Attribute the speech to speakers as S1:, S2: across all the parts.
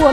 S1: 我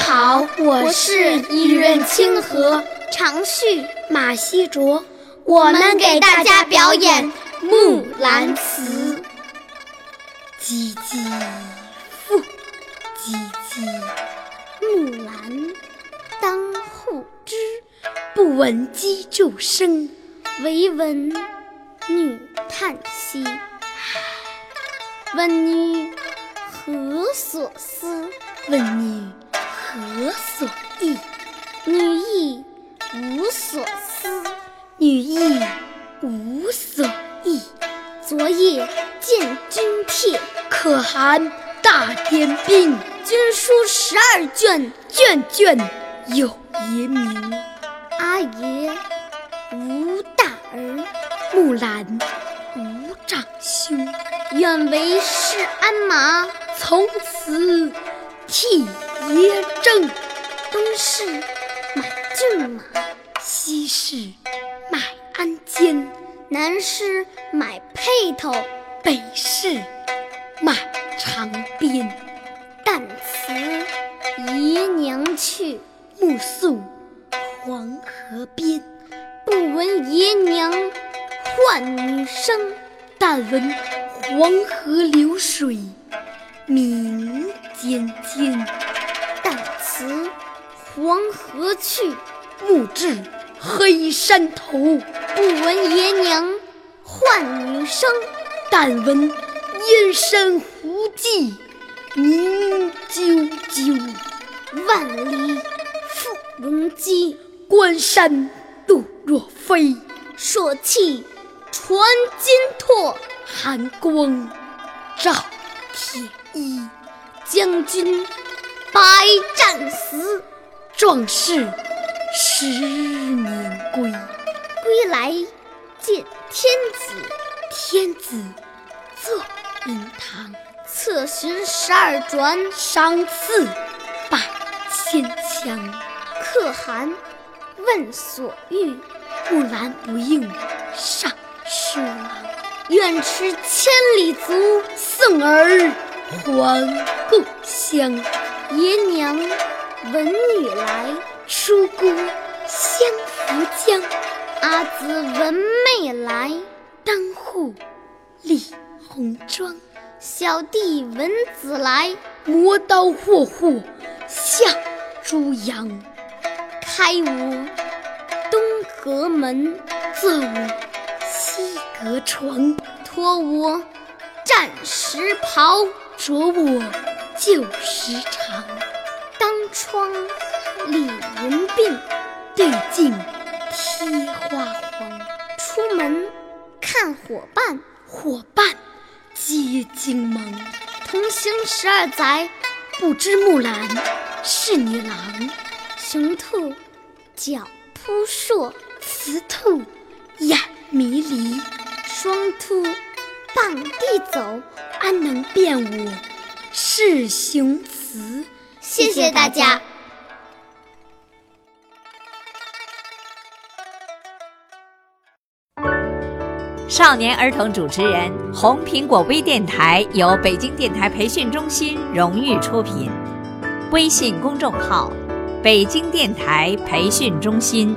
S2: 好，我是医院清河
S3: 常旭、
S2: 马希卓，
S3: 我们给大家表演《木兰辞》。
S2: 唧唧复，唧唧
S3: 木兰当户织，
S2: 不闻机杼声，
S3: 惟闻女叹息。问女何所思？
S2: 问女。何所忆？
S3: 女亦无所思，
S2: 女亦无所忆。
S3: 昨夜见军帖，
S2: 可汗大颠兵。
S3: 军书十二卷，
S2: 卷卷有爷名。
S3: 阿爷无大儿，
S2: 木兰无长兄。
S3: 愿为市鞍马，
S2: 从此替。爷正
S3: 东市买骏马，
S2: 西市买鞍鞯，
S3: 南市买辔头，
S2: 北市买长鞭。
S3: 旦辞姨娘去，
S2: 暮宿黄河边。
S3: 不闻爷娘唤女声，
S2: 但闻黄河流水鸣溅溅。
S3: 辞黄河去，
S2: 暮至黑山头。
S3: 不闻爷娘唤女声，
S2: 但闻燕山胡骑鸣啾啾。
S3: 万里赴戎机，
S2: 关山度若飞。
S3: 朔气传金柝，
S2: 寒光照铁衣。
S3: 将军。百战死，
S2: 壮士十年归。
S3: 归来见天子，
S2: 天子坐明堂。
S3: 侧巡十二转，
S2: 赏赐百千强。
S3: 可汗问所欲，
S2: 木兰不应尚书郎。
S3: 愿驰千里足，
S2: 送儿还故乡。
S3: 爷娘闻女来，
S2: 出姑相扶将。
S3: 阿姊闻妹来，
S2: 当户理红妆。
S3: 小弟闻姊来，
S2: 磨刀霍霍下猪羊。
S3: 开舞东阁门，
S2: 坐舞西阁床。
S3: 脱我战时袍，
S2: 着我。旧时长，
S3: 当窗理云鬓，
S2: 对镜贴花黄。
S3: 出门看伙伴，
S2: 伙伴皆惊忙。
S3: 同行十二载，
S2: 不知木兰是女郎。
S3: 雄兔角扑朔，
S2: 雌兔眼迷离。
S3: 双兔傍地走，
S2: 安能辨我？是雄雌，
S3: 谢谢大家。
S4: 少年儿童主持人，红苹果微电台由北京电台培训中心荣誉出品，微信公众号：北京电台培训中心。